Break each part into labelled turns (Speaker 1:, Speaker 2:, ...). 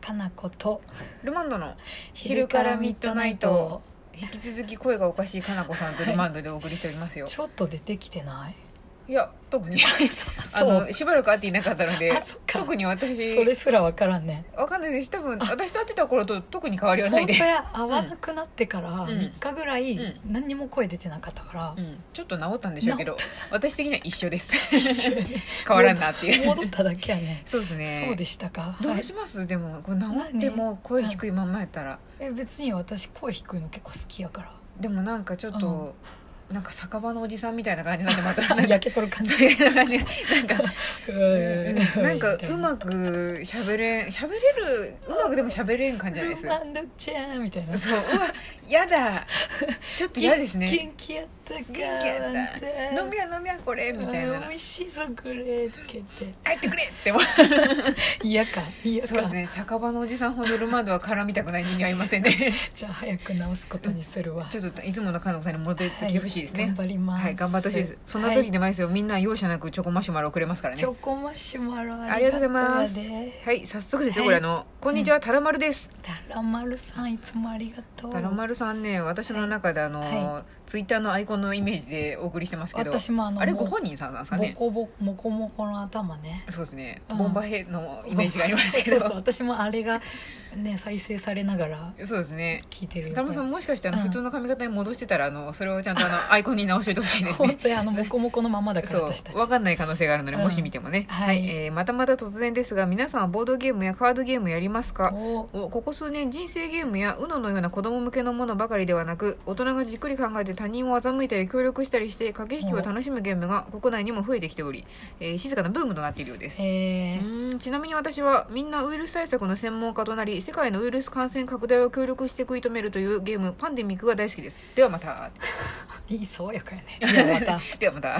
Speaker 1: かなこと
Speaker 2: ルマンドの昼からミッドナイト引き続き声がおかしいかなこさんとルマンドでお送りしておりますよ、
Speaker 1: ちょっと出てきてない
Speaker 2: い、や特にあ
Speaker 1: あの
Speaker 2: のしばらく会っていなかったので
Speaker 1: あそっか
Speaker 2: 特に私
Speaker 1: それすらわからんね
Speaker 2: わかんないです多分私と会ってた頃と特に変わりはない
Speaker 1: 本
Speaker 2: で
Speaker 1: 当
Speaker 2: す、
Speaker 1: や会わなくなってから
Speaker 2: うん
Speaker 1: 3日ぐらい
Speaker 2: うん
Speaker 1: 何にも声出てなかったから
Speaker 2: う、ん、ちょっと治ったんでしょうけど私的には一緒です
Speaker 1: 一緒やね
Speaker 2: 変わらんなっていう
Speaker 1: 戻っただけやね
Speaker 2: そうです ね
Speaker 1: そうでしたか
Speaker 2: ど
Speaker 1: は
Speaker 2: う
Speaker 1: い
Speaker 2: しますでもこれ治っても声低いまんまやったら
Speaker 1: え別に私声低いの結構好きや から
Speaker 2: でもなんかちょっと、なんか酒場のおじさんみたいな感じになってまたなん か
Speaker 1: 焼けとる感じ
Speaker 2: なんか
Speaker 1: うん
Speaker 2: なんかうまくしゃべれんしゃべれるうまくでもしゃべれん感じじゃないです
Speaker 1: ルマンドちゃんみたいな
Speaker 2: そううわやだちょっと嫌ですね
Speaker 1: 元気やったか
Speaker 2: 元気や
Speaker 1: あんた
Speaker 2: だ飲みや飲みやこれみたい
Speaker 1: あ
Speaker 2: な
Speaker 1: ー美味しいぞこれって言って
Speaker 2: 帰ってくれって思う
Speaker 1: 嫌か嫌か
Speaker 2: そうですね酒場のおじさんほどルマンドは絡みたくない人間はいません ね
Speaker 1: じゃあ早く直すことにするわ
Speaker 2: ちょっといつものかのこさんに戻ってきてほしいです
Speaker 1: は
Speaker 2: ね
Speaker 1: 頑張ります
Speaker 2: はい頑張ってほしいですそんな時
Speaker 1: は
Speaker 2: でもないですよみんな容赦なくチョコマシュマロをくれますから
Speaker 1: い
Speaker 2: ね
Speaker 1: チョコマシュマロ
Speaker 2: ありがとうございます
Speaker 1: ありがとうで
Speaker 2: はい早速ですよ
Speaker 1: はい
Speaker 2: これあのこんにちはたらまるです
Speaker 1: たらまるさんいつもありがとう
Speaker 2: たらまるさんね私の中であ
Speaker 1: は
Speaker 2: のツイッターのアイコンのイメージでお送りしてますけど
Speaker 1: 私もあの
Speaker 2: あれ
Speaker 1: も
Speaker 2: ご
Speaker 1: う
Speaker 2: 本人さんなんですかね
Speaker 1: ボコボコモコモコの頭ね
Speaker 2: そうですね
Speaker 1: うん
Speaker 2: ボンバーヘのイメージがありますけ ど
Speaker 1: そうそう
Speaker 2: そ
Speaker 1: 私もあれがね再生されながら
Speaker 2: うですね
Speaker 1: 聞いてるよ
Speaker 2: たらまるさんもしかしてあの
Speaker 1: うん
Speaker 2: 普通の髪型に戻してたらあのそれをちゃんとあ のアイコンに直しておいてほしいです
Speaker 1: 本
Speaker 2: ね
Speaker 1: 当にあのモコモコのままだか
Speaker 2: そ
Speaker 1: ら
Speaker 2: う
Speaker 1: 私たち
Speaker 2: 分かんない可能性があるので
Speaker 1: うん
Speaker 2: もし見てもね
Speaker 1: はい
Speaker 2: えーまたまた突然ですが皆さんはボードゲームやカードゲームやりますか
Speaker 1: お
Speaker 2: おここ数年人生ゲームや UNO のような子供向けのものばかりではなく大人がじっくり考えて他人を欺いたり協力したりして駆け引きを楽しむゲームが国内にも増えてきており、えー静かなブームとなっているようです、
Speaker 1: え
Speaker 2: う
Speaker 1: ー
Speaker 2: ーんちなみに私はみんなウイルス対策の専門家となり世界のウイルス感染拡大を協力して食い止めるというゲームパンデミックが大好きですではまた
Speaker 1: いい爽やかやねいやまた
Speaker 2: ではまた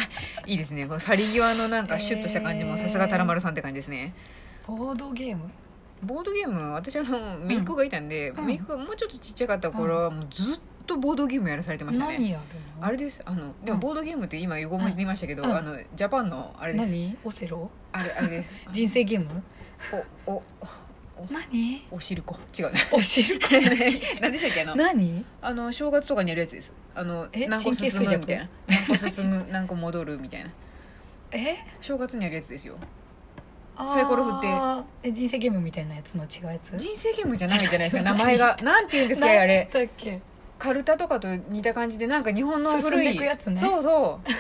Speaker 2: いいですねこの去り際のなんかシュッとした感じもさすがたらまるさんって感じですね
Speaker 1: ボードゲーム
Speaker 2: ボードゲーム私あの姪っ子がいたんで、
Speaker 1: うん
Speaker 2: 姪っ子がもうちょっとちっちゃかった頃は、もうずっとボードゲームやらされてました
Speaker 1: 何
Speaker 2: ね
Speaker 1: やるの
Speaker 2: あれですあのでも
Speaker 1: うん
Speaker 2: ボードゲームって今横文字で言いましたけど、
Speaker 1: うん
Speaker 2: あのジャパンのあれです
Speaker 1: 何オセロ
Speaker 2: あれあれです
Speaker 1: 人生ゲーム
Speaker 2: おお
Speaker 1: 何
Speaker 2: おしるこ違うね
Speaker 1: おし るこ
Speaker 2: 何でしたっけあの
Speaker 1: 何
Speaker 2: あの正月とかにやるやつですあの
Speaker 1: え
Speaker 2: 何個進
Speaker 1: 神経衰
Speaker 2: む
Speaker 1: 弱
Speaker 2: みたいな何個進む何個戻るみたいな
Speaker 1: え
Speaker 2: 正月にやるやつですよ
Speaker 1: あー
Speaker 2: サイコロ振って
Speaker 1: え人生ゲームみたいなやつの違うやつ
Speaker 2: 人生ゲームじゃないじゃないですか名前がなんて言うんですかあれ
Speaker 1: なんだっけ
Speaker 2: カルタとかと似た感じでなんか日本の古い
Speaker 1: 進んでくやつね
Speaker 2: そうそう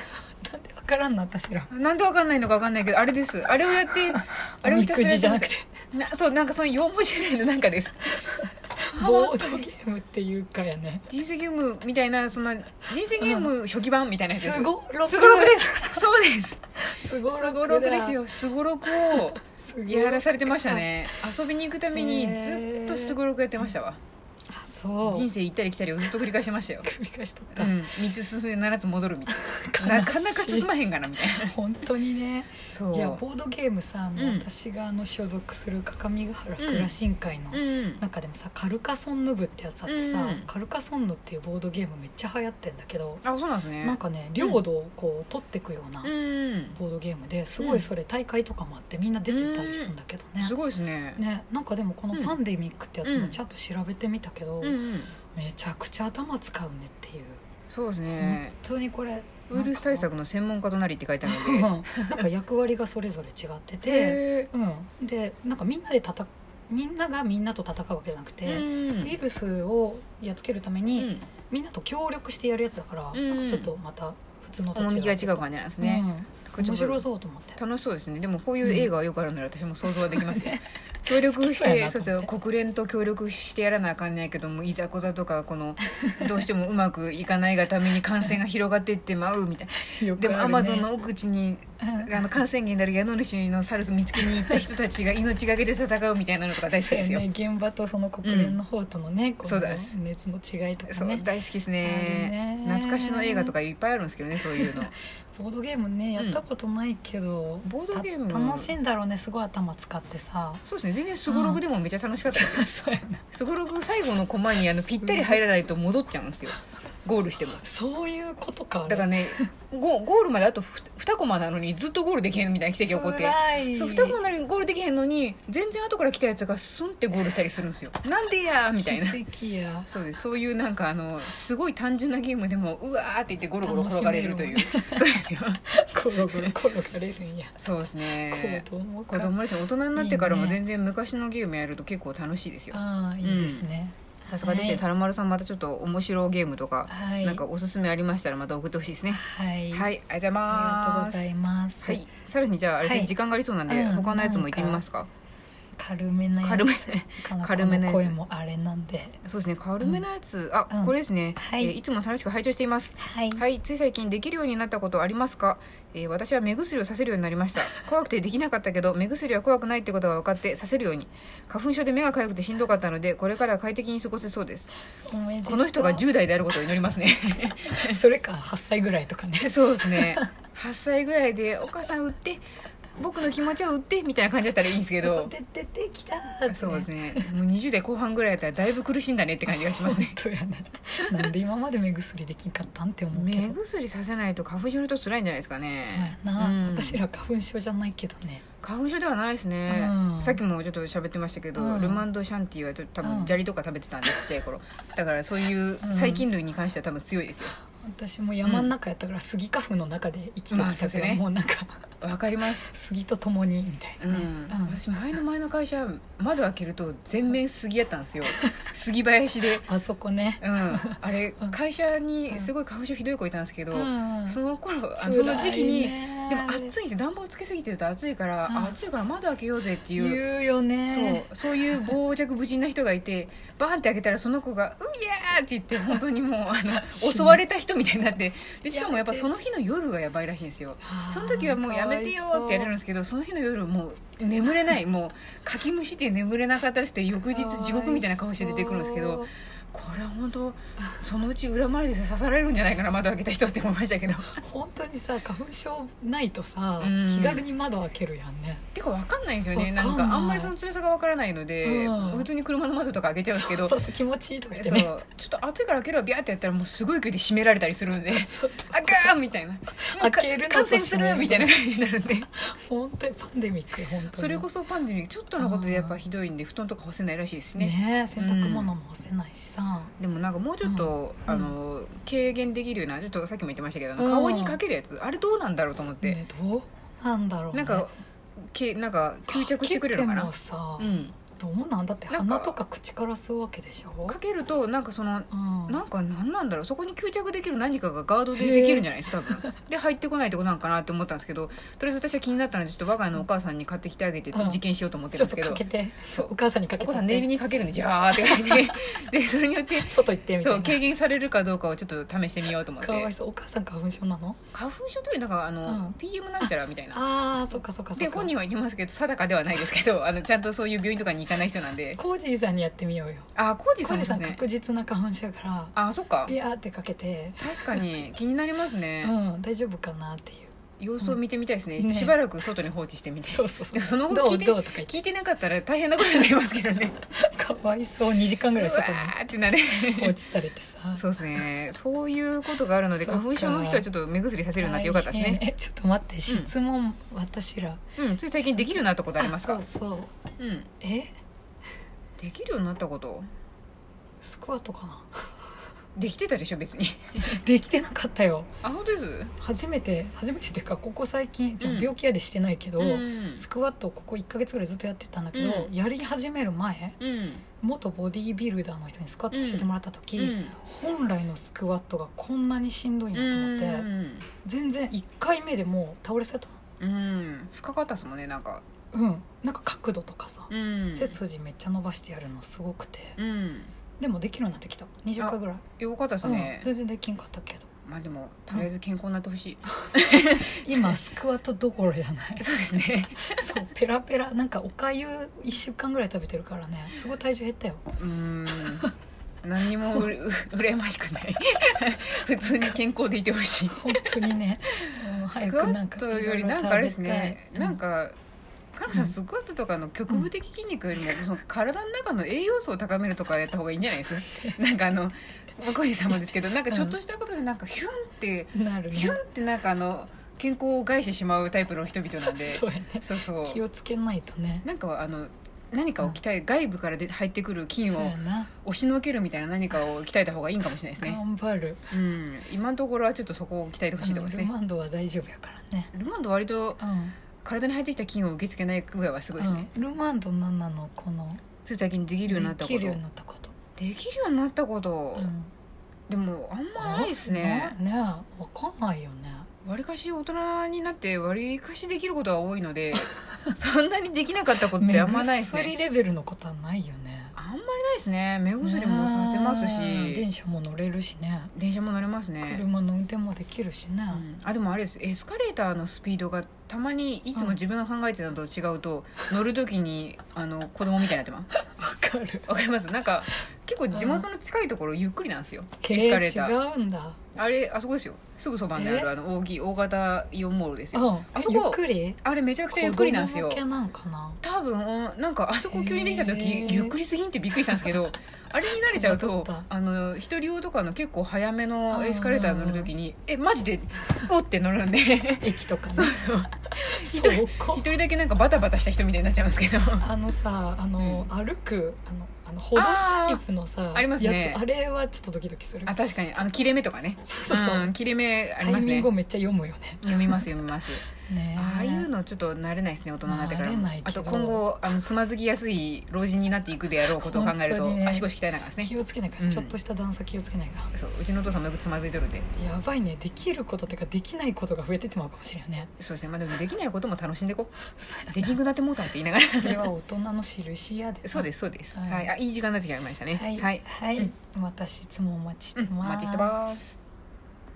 Speaker 1: なんでわからんの私 ら
Speaker 2: なんでわかんないのかわかんないけどあれですあれをやってあれを
Speaker 1: お
Speaker 2: ひ
Speaker 1: み
Speaker 2: た
Speaker 1: く
Speaker 2: すらや
Speaker 1: じじゃ
Speaker 2: ってま
Speaker 1: な
Speaker 2: す
Speaker 1: くて
Speaker 2: なそうなんかその4文字ぐらいのなん かです
Speaker 1: ボードゲームっていうかやね
Speaker 2: 人生ゲームみたいなそんな人生ゲーム初期版みたいなやつです
Speaker 1: すごろく
Speaker 2: すごろくですそうです
Speaker 1: すご
Speaker 2: す
Speaker 1: ろ
Speaker 2: ご
Speaker 1: く
Speaker 2: ろ
Speaker 1: だ
Speaker 2: くですよすごろくを
Speaker 1: すごろく
Speaker 2: やらされてましたね 遊びに行くためにずっとすごろくやってましたわ
Speaker 1: あそう
Speaker 2: 人生行ったり来たりをずっと繰り返してましたよ
Speaker 1: 繰り返しとっ
Speaker 2: う
Speaker 1: た、
Speaker 2: ん3つ進んで7つ戻るみたいなな
Speaker 1: 悲しい
Speaker 2: かなか進まへんかなみたいな
Speaker 1: 本当にね
Speaker 2: そう
Speaker 1: いやボードゲームさあの、
Speaker 2: うん
Speaker 1: 私があの所属する各務原クラシン会の
Speaker 2: うん
Speaker 1: 中でもさカルカソンヌ部ってやつあってさ、
Speaker 2: うん
Speaker 1: カルカソンヌっていうボードゲームめっちゃ流行ってんだけど、
Speaker 2: あそうなんですね
Speaker 1: なんかね領土をこう取ってくような
Speaker 2: うん
Speaker 1: ボードゲームですごいそれ大会とかもあってみんな出てたりするんだけどね、
Speaker 2: すごいですね
Speaker 1: ね、なんかでもこの
Speaker 2: うん
Speaker 1: パンデミックってやつ
Speaker 2: う
Speaker 1: も
Speaker 2: ん
Speaker 1: ちゃんと調べてみたけど、
Speaker 2: うんうん
Speaker 1: めちゃくちゃ頭使うねっていう、
Speaker 2: そうです
Speaker 1: 本
Speaker 2: ね
Speaker 1: 当にこれ
Speaker 2: ウイルス対策の専門家となりって書いてあ
Speaker 1: う
Speaker 2: る
Speaker 1: ん
Speaker 2: の
Speaker 1: なんか役割がそれぞれ違って
Speaker 2: で
Speaker 1: て、
Speaker 2: へ
Speaker 1: うん、でなんかみんなで戦みんながみんなと戦うわけじゃなく
Speaker 2: え
Speaker 1: て、
Speaker 2: うん
Speaker 1: ウイルスをやっつけるため
Speaker 2: う
Speaker 1: に、
Speaker 2: ん
Speaker 1: みんなと協力してやるやつだから、
Speaker 2: うん
Speaker 1: なんかちょっとまた普通のと
Speaker 2: 趣が違う感じなんですね
Speaker 1: うん、面白
Speaker 2: 楽
Speaker 1: そうと思って
Speaker 2: しそうですねでもこういう映画はよくあるので私も想像はできます よ協
Speaker 1: 好
Speaker 2: 力
Speaker 1: き
Speaker 2: し
Speaker 1: そうや
Speaker 2: て
Speaker 1: な
Speaker 2: そ
Speaker 1: と
Speaker 2: う
Speaker 1: 思って
Speaker 2: そう国連と協力してやらなあかんないけどもいざこざとかこ のどうしてもうまくいかないがために感染が広がっていってまうみたいなでもアマゾンの奥地に
Speaker 1: うん
Speaker 2: あの感染源である宿主のサルス見つけに行った人たち が命がけで戦うみたいなのとか大好きですよ
Speaker 1: そうやね、現場とその国連の方とのね、こ
Speaker 2: そう
Speaker 1: の
Speaker 2: です
Speaker 1: 熱の違いとか
Speaker 2: そう
Speaker 1: ね
Speaker 2: 大好きです
Speaker 1: あ
Speaker 2: ね
Speaker 1: るね
Speaker 2: 懐かしの映画とかいっぱいあるんですけどねそういうの
Speaker 1: ボードゲームねやったことないけど、
Speaker 2: ボードゲーム
Speaker 1: た楽しいんだろうねすごい頭使ってさ
Speaker 2: そうですね全然すごろくでも めっちゃ楽しかったですよ
Speaker 1: そうやな
Speaker 2: すごろく最後のコマにあのぴったり入らないと戻っちゃうんですよゴールしても
Speaker 1: そういうことか
Speaker 2: だから ねゴゴールまであと 2, コマなのにずっとゴールできへんみたいな奇跡起こって
Speaker 1: 辛い
Speaker 2: そう2コマなのにゴールできへんのに全然後から来たやつがスンってゴールしたりするんですよ なんでやーみたいな
Speaker 1: 奇跡や
Speaker 2: そうですそういうなんかあのすごい単純なゲームでもうわーって言ってゴロゴロ転がれるという
Speaker 1: 楽
Speaker 2: そうですよ
Speaker 1: ゴロゴロ転がれるんや
Speaker 2: そうですね
Speaker 1: 子供か
Speaker 2: 子供ですね大人になってから
Speaker 1: い
Speaker 2: も
Speaker 1: いね
Speaker 2: 全然昔のゲームやると結構楽しいですよ
Speaker 1: ああいいですね、
Speaker 2: さすがですね
Speaker 1: はい
Speaker 2: たるまるさんまたちょっと面白いゲームとか、
Speaker 1: はい
Speaker 2: なんかおすすめありましたらまた送ってほしいですね
Speaker 1: はい、
Speaker 2: はい、ありがとうござい
Speaker 1: ありがとう
Speaker 2: ま
Speaker 1: ご
Speaker 2: す
Speaker 1: ざいます、
Speaker 2: はい、さらにじゃああれですね、
Speaker 1: はい
Speaker 2: 時間がありそうなんで、
Speaker 1: うん
Speaker 2: 他のやつも行ってみますか
Speaker 1: 軽めなやつ
Speaker 2: 軽め
Speaker 1: かな
Speaker 2: 軽めなやつ
Speaker 1: この声もあれなんで
Speaker 2: そうですね軽めなやつ、あ、
Speaker 1: うん
Speaker 2: これですね、
Speaker 1: はい
Speaker 2: えーいつも楽しく拝聴しています
Speaker 1: はい
Speaker 2: はい、つい最近できるようになったことありますか、えー私は目薬をさせるようになり ました怖くてできなかったけど目薬は怖くないってことが分かってさせるように花粉症で目が痒くてしんどかったのでこれからは快適に過ごせそうです
Speaker 1: おめでとう
Speaker 2: この人が10代であることを祈りますね
Speaker 1: それか8歳ぐらいとかね
Speaker 2: そうですね8歳ぐらいで「お母さん売って僕の気持ちを売って」みたいな感じだったらいいんですけど
Speaker 1: 出ててきた
Speaker 2: そうです
Speaker 1: ね
Speaker 2: ねもう20代後半ぐらいだったらだいぶ苦しんだねって感じがしますね
Speaker 1: 本当やななんで今まで目薬できんかったんって思うけど
Speaker 2: 目薬させないと花粉症の人辛いんじゃないですかね
Speaker 1: そうやな、
Speaker 2: うん
Speaker 1: 私ら花粉症じゃないけどね
Speaker 2: 花粉症ではないですね、
Speaker 1: うん
Speaker 2: さっきもちょっと喋ってましたけど、
Speaker 1: うん
Speaker 2: ルマンドシャンティーは多
Speaker 1: う
Speaker 2: 分
Speaker 1: ん
Speaker 2: 砂利とか食べてたんでちっちゃい頃だからそういう細菌類に関しては多分強いですよ
Speaker 1: 私も山の中やったからスギ花粉の中で生きて
Speaker 2: まあ
Speaker 1: き
Speaker 2: そう
Speaker 1: たか
Speaker 2: ですよ
Speaker 1: ら、
Speaker 2: ね
Speaker 1: もうなんか
Speaker 2: わかります
Speaker 1: スギと共にみたいな
Speaker 2: うん、
Speaker 1: ね、うん
Speaker 2: 私前の前の会社窓開けると全面杉やったんです よ杉林で、
Speaker 1: あそこね、
Speaker 2: うん、あれ
Speaker 1: うん
Speaker 2: 会社にすごい花粉症ひどい子いたんですけど、
Speaker 1: うん
Speaker 2: その頃あその時期に、でも
Speaker 1: 暑
Speaker 2: 暑いんですよ暖房つけすぎてると暑いから、
Speaker 1: うん
Speaker 2: あ暑いから窓開けようぜっていう
Speaker 1: 言うよね
Speaker 2: そうそういう傍若無人な人がい てバーンって開けたらその子が「うんいやー!」って言って本当にもうあ の襲われた人みたいになってでしかもやっぱその日の夜がやばいらしいんですよ
Speaker 1: あー
Speaker 2: その時はもうやめてよーってやれるんですけどその日の夜もう眠れないもうかきむしって眠れなかったりして翌日地獄みたいな顔して出てくるんですけどこれは本当そのうち裏回りで刺されるんじゃないかな窓開けた人って思いましたけど
Speaker 1: 本当にさ花粉症ないとさ、
Speaker 2: うん
Speaker 1: 気軽に窓開けるやんね
Speaker 2: てか分かんないんですよね
Speaker 1: わ
Speaker 2: な
Speaker 1: かん
Speaker 2: ん
Speaker 1: ない
Speaker 2: かあんまりその辛さが分からないので、
Speaker 1: うん
Speaker 2: 普通に車の窓とか開けちゃうんですけど
Speaker 1: そうそう気持ちいいとか言って
Speaker 2: そう
Speaker 1: ね
Speaker 2: ちょっと暑いから開ければビャーってやったらもうすごい勢いで締められたりするんで
Speaker 1: そうそう
Speaker 2: あかんみたいな
Speaker 1: 開けるのと
Speaker 2: 感染
Speaker 1: 閉
Speaker 2: す
Speaker 1: める
Speaker 2: る
Speaker 1: の
Speaker 2: みたいな感じになるんで
Speaker 1: 本当にパンデミックよ本当に
Speaker 2: それこそパンデミックちょっとのことでやっぱひどいんで布団とか干せないらしいですね
Speaker 1: ね洗濯物も干せないしさ、
Speaker 2: でもなんかもうちょっと、
Speaker 1: うん
Speaker 2: あの軽減できるようなちょっとさっきも言ってましたけどあ
Speaker 1: う
Speaker 2: の
Speaker 1: ん
Speaker 2: 顔にかけるやつあれどうなんだろうと思って、
Speaker 1: ねどうなんだろう、ね、
Speaker 2: なんかけなんか吸着してくれるのか
Speaker 1: かけて
Speaker 2: な
Speaker 1: もさ、
Speaker 2: うん
Speaker 1: どうなんだって
Speaker 2: なんか
Speaker 1: 鼻とか口から吸うわけでしょ
Speaker 2: かけるとなんかその
Speaker 1: うん
Speaker 2: なんか何なんだろうそこに吸着できる何かがガードでできるんじゃないですか多分で入ってこないってことなんかなって思ったんですけどとりあえず私は気になったのでちょっと我が家のお母さんに買ってきてあげて
Speaker 1: うん
Speaker 2: 実験しようと思って
Speaker 1: ち
Speaker 2: る
Speaker 1: ょっ
Speaker 2: んです
Speaker 1: とかけ
Speaker 2: けど、
Speaker 1: て
Speaker 2: そう
Speaker 1: お母さんにかけて
Speaker 2: お子さんネイルにかけるんでジャーって書いてでそれによって
Speaker 1: 外行ってみた
Speaker 2: そ
Speaker 1: いうな
Speaker 2: 軽減されるかどうかをちょっと試してみようと思って
Speaker 1: かわいそうお母さん花粉症なの
Speaker 2: 花粉症というよりだからあの、
Speaker 1: うん
Speaker 2: PM なんちゃらみたいな
Speaker 1: ああそっかそっかそっか
Speaker 2: で本人は言ってますけど定かではないですけどあのちゃんとそういう病院とかに行かない人なんで
Speaker 1: コージーさんにやってみようよ
Speaker 2: あコージ
Speaker 1: コ
Speaker 2: さ
Speaker 1: ー
Speaker 2: ん
Speaker 1: ジーさ
Speaker 2: です
Speaker 1: ん
Speaker 2: ね
Speaker 1: 確実な花粉症やから
Speaker 2: あそっか
Speaker 1: ビヤーってかけて
Speaker 2: 確かに気になりますね、
Speaker 1: うん大丈夫かなっていう
Speaker 2: 様子を見てみたいですね,、
Speaker 1: うんね
Speaker 2: しばらく外に放置してみて
Speaker 1: そうそう
Speaker 2: で
Speaker 1: そう
Speaker 2: もその
Speaker 1: ど
Speaker 2: 後聞
Speaker 1: う
Speaker 2: いて
Speaker 1: どうとか言って
Speaker 2: 聞いてなかったら大変なことになりますけど ね
Speaker 1: かわいそう2時間ぐらいう
Speaker 2: わ
Speaker 1: 外に
Speaker 2: ーっ てなる
Speaker 1: 放置されてさ
Speaker 2: そうですねそういうことがあるので
Speaker 1: そうか
Speaker 2: 花粉症の人はちょっと目薬させるようになってよかったです
Speaker 1: 大
Speaker 2: ね、
Speaker 1: 変えちょっと待って質問、私ら
Speaker 2: うん、つい最近できるようになったことありますか
Speaker 1: あそうそう
Speaker 2: うん
Speaker 1: え
Speaker 2: できるようになったこと
Speaker 1: スクワットかな
Speaker 2: できてたでしょ別に
Speaker 1: できてなかったよ
Speaker 2: あ本当です
Speaker 1: 初めて初めてっていうかここ最近じゃあ
Speaker 2: うん
Speaker 1: 病気やでしてないけど、
Speaker 2: うん
Speaker 1: スクワットをここ1か月ぐらいずっとやってたんだけど、
Speaker 2: うん
Speaker 1: やり始める前
Speaker 2: うん
Speaker 1: 元ボディービルダーの人にスクワット教えてもらった時、
Speaker 2: うん
Speaker 1: 本来のスクワットがこんなにしんどいなと思って、全然1回目でもう倒れそうやっ
Speaker 2: うん深かったですもんねなんか
Speaker 1: たのうんなんか角度とかさ、
Speaker 2: うん
Speaker 1: 背筋めっちゃ伸ばしてやるのすごくて、
Speaker 2: うん
Speaker 1: でもできるようになってきた20回ぐらい、
Speaker 2: よかったです
Speaker 1: う
Speaker 2: ね
Speaker 1: ん、全然できんかったけど
Speaker 2: まあでもとりあえず健康になってほしい、
Speaker 1: 今スクワットどころじゃない
Speaker 2: そうですね
Speaker 1: そうペラペラなんかおかゆ1週間ぐらい食べてるからねすごい体重減ったよ
Speaker 2: うーん何にもうう羨ましく ない普通に健康でいてほしい
Speaker 1: 本当にね、うん、
Speaker 2: ス
Speaker 1: 早
Speaker 2: クワ
Speaker 1: くなん
Speaker 2: ッ
Speaker 1: か
Speaker 2: トよりなんかあれですね
Speaker 1: いろいろ食べたい
Speaker 2: なんかカナさんスクワットとかの局部的筋肉よりも、その体の中の栄養素を高めるとかやった方がいいんじゃない ですかなんかあの向こうさんもですけどなんかちょっとしたことでなんかヒュンって、
Speaker 1: なるね
Speaker 2: ヒュンってなんかあの健康を害してしまうタイプの人々なんで
Speaker 1: そうやね
Speaker 2: そうそう
Speaker 1: 気をつけないとね
Speaker 2: なんかあの何かを鍛え、外部からで入ってくる菌
Speaker 1: そう
Speaker 2: を
Speaker 1: やな
Speaker 2: 押しのけるみたいな何かを鍛えた方がいいんかもしれないですね、
Speaker 1: 頑張る
Speaker 2: うん、今のところはちょっとそこを鍛えてほしいところ
Speaker 1: う
Speaker 2: です
Speaker 1: ん
Speaker 2: ね
Speaker 1: ル、マンドは大丈夫やからね
Speaker 2: ルマンド割と
Speaker 1: うん
Speaker 2: 体に入ってきた菌を受け付けない具合はすごいですね、
Speaker 1: うんルマンド7のこの
Speaker 2: つい最近できるようになった
Speaker 1: で
Speaker 2: こと
Speaker 1: きるようになったこと
Speaker 2: できるようになったこと、
Speaker 1: うん
Speaker 2: でもあんまないですね
Speaker 1: ねわかんないよね
Speaker 2: わりかし大人になってわりかしできることが多いので そんなにできなかったこと ってあんまないです
Speaker 1: 目薬
Speaker 2: ね
Speaker 1: レベルのことはないよね
Speaker 2: あんまりないですね目薬もさせますし、
Speaker 1: ね電車も乗れるしね
Speaker 2: 電車も乗れますね、
Speaker 1: 車の運転もできるしね
Speaker 2: うんあでもあれですエスカレーターのスピードがたまにいつも自分が考えてたのと違うと、乗る時にあの子供みたいになってます
Speaker 1: わかる
Speaker 2: わかりますなんか結構地元の近いところゆっくりなんですよ、
Speaker 1: え
Speaker 2: エスカレーター
Speaker 1: 違うんだ
Speaker 2: あれあそこですよすぐそばにあ
Speaker 1: え
Speaker 2: るあの大きい大型イオンモールですよ
Speaker 1: うん
Speaker 2: あそこ
Speaker 1: ゆっくり
Speaker 2: あれめちゃくちゃゆっくりなんですよ
Speaker 1: 子供向けなんかな
Speaker 2: 多分おなんかあそこ急にできた時、
Speaker 1: へー
Speaker 2: ゆっくりすぎんってびっくりしたんです けどあれに慣れちゃう
Speaker 1: そう
Speaker 2: と
Speaker 1: だった
Speaker 2: あの一人用とかの結構早めのエスカレーター乗る時に「えマジで?」おって乗るんで
Speaker 1: 駅とか
Speaker 2: そう
Speaker 1: ね
Speaker 2: そう
Speaker 1: そ
Speaker 2: 人
Speaker 1: こ
Speaker 2: 一人だけなんかバタバタした人みたいになっちゃいますけど
Speaker 1: あのさあの、歩くあのあの歩道タイプのさ
Speaker 2: ーありますね
Speaker 1: やつあれはちょっとドキドキする
Speaker 2: あ確かにあの切れ目とかね
Speaker 1: そうそうそう、
Speaker 2: ん、切れ目あり
Speaker 1: タ
Speaker 2: ま
Speaker 1: イ
Speaker 2: す
Speaker 1: ミン
Speaker 2: ね
Speaker 1: グをめっちゃ読むよね
Speaker 2: 読みます読みます
Speaker 1: ね
Speaker 2: ああいうのちょっと慣れないですね大人になってからも
Speaker 1: 慣れない
Speaker 2: あ
Speaker 1: けど
Speaker 2: と今後あのつまずきやすい老人になっていくであろうことを考えると、
Speaker 1: 本当にね
Speaker 2: 足腰鍛えながらですね
Speaker 1: 気をつけないから、
Speaker 2: うん
Speaker 1: ちょっとした段差気をつけないか
Speaker 2: そううちのお父さんもよくつまずいとるんで
Speaker 1: らやばいねできることとかできないことが増えてってまうかもしれんよ ね
Speaker 2: そうですねまあでもできないことも楽しんでい こうできんくなってもうたって言いながら
Speaker 1: これは大人の印やで
Speaker 2: そうですすそうです、
Speaker 1: はい
Speaker 2: はいあいい時間になってしまいましたね
Speaker 1: はい、はいまた質問お待ちして
Speaker 2: うん、お
Speaker 1: ます、
Speaker 2: 待ちしてます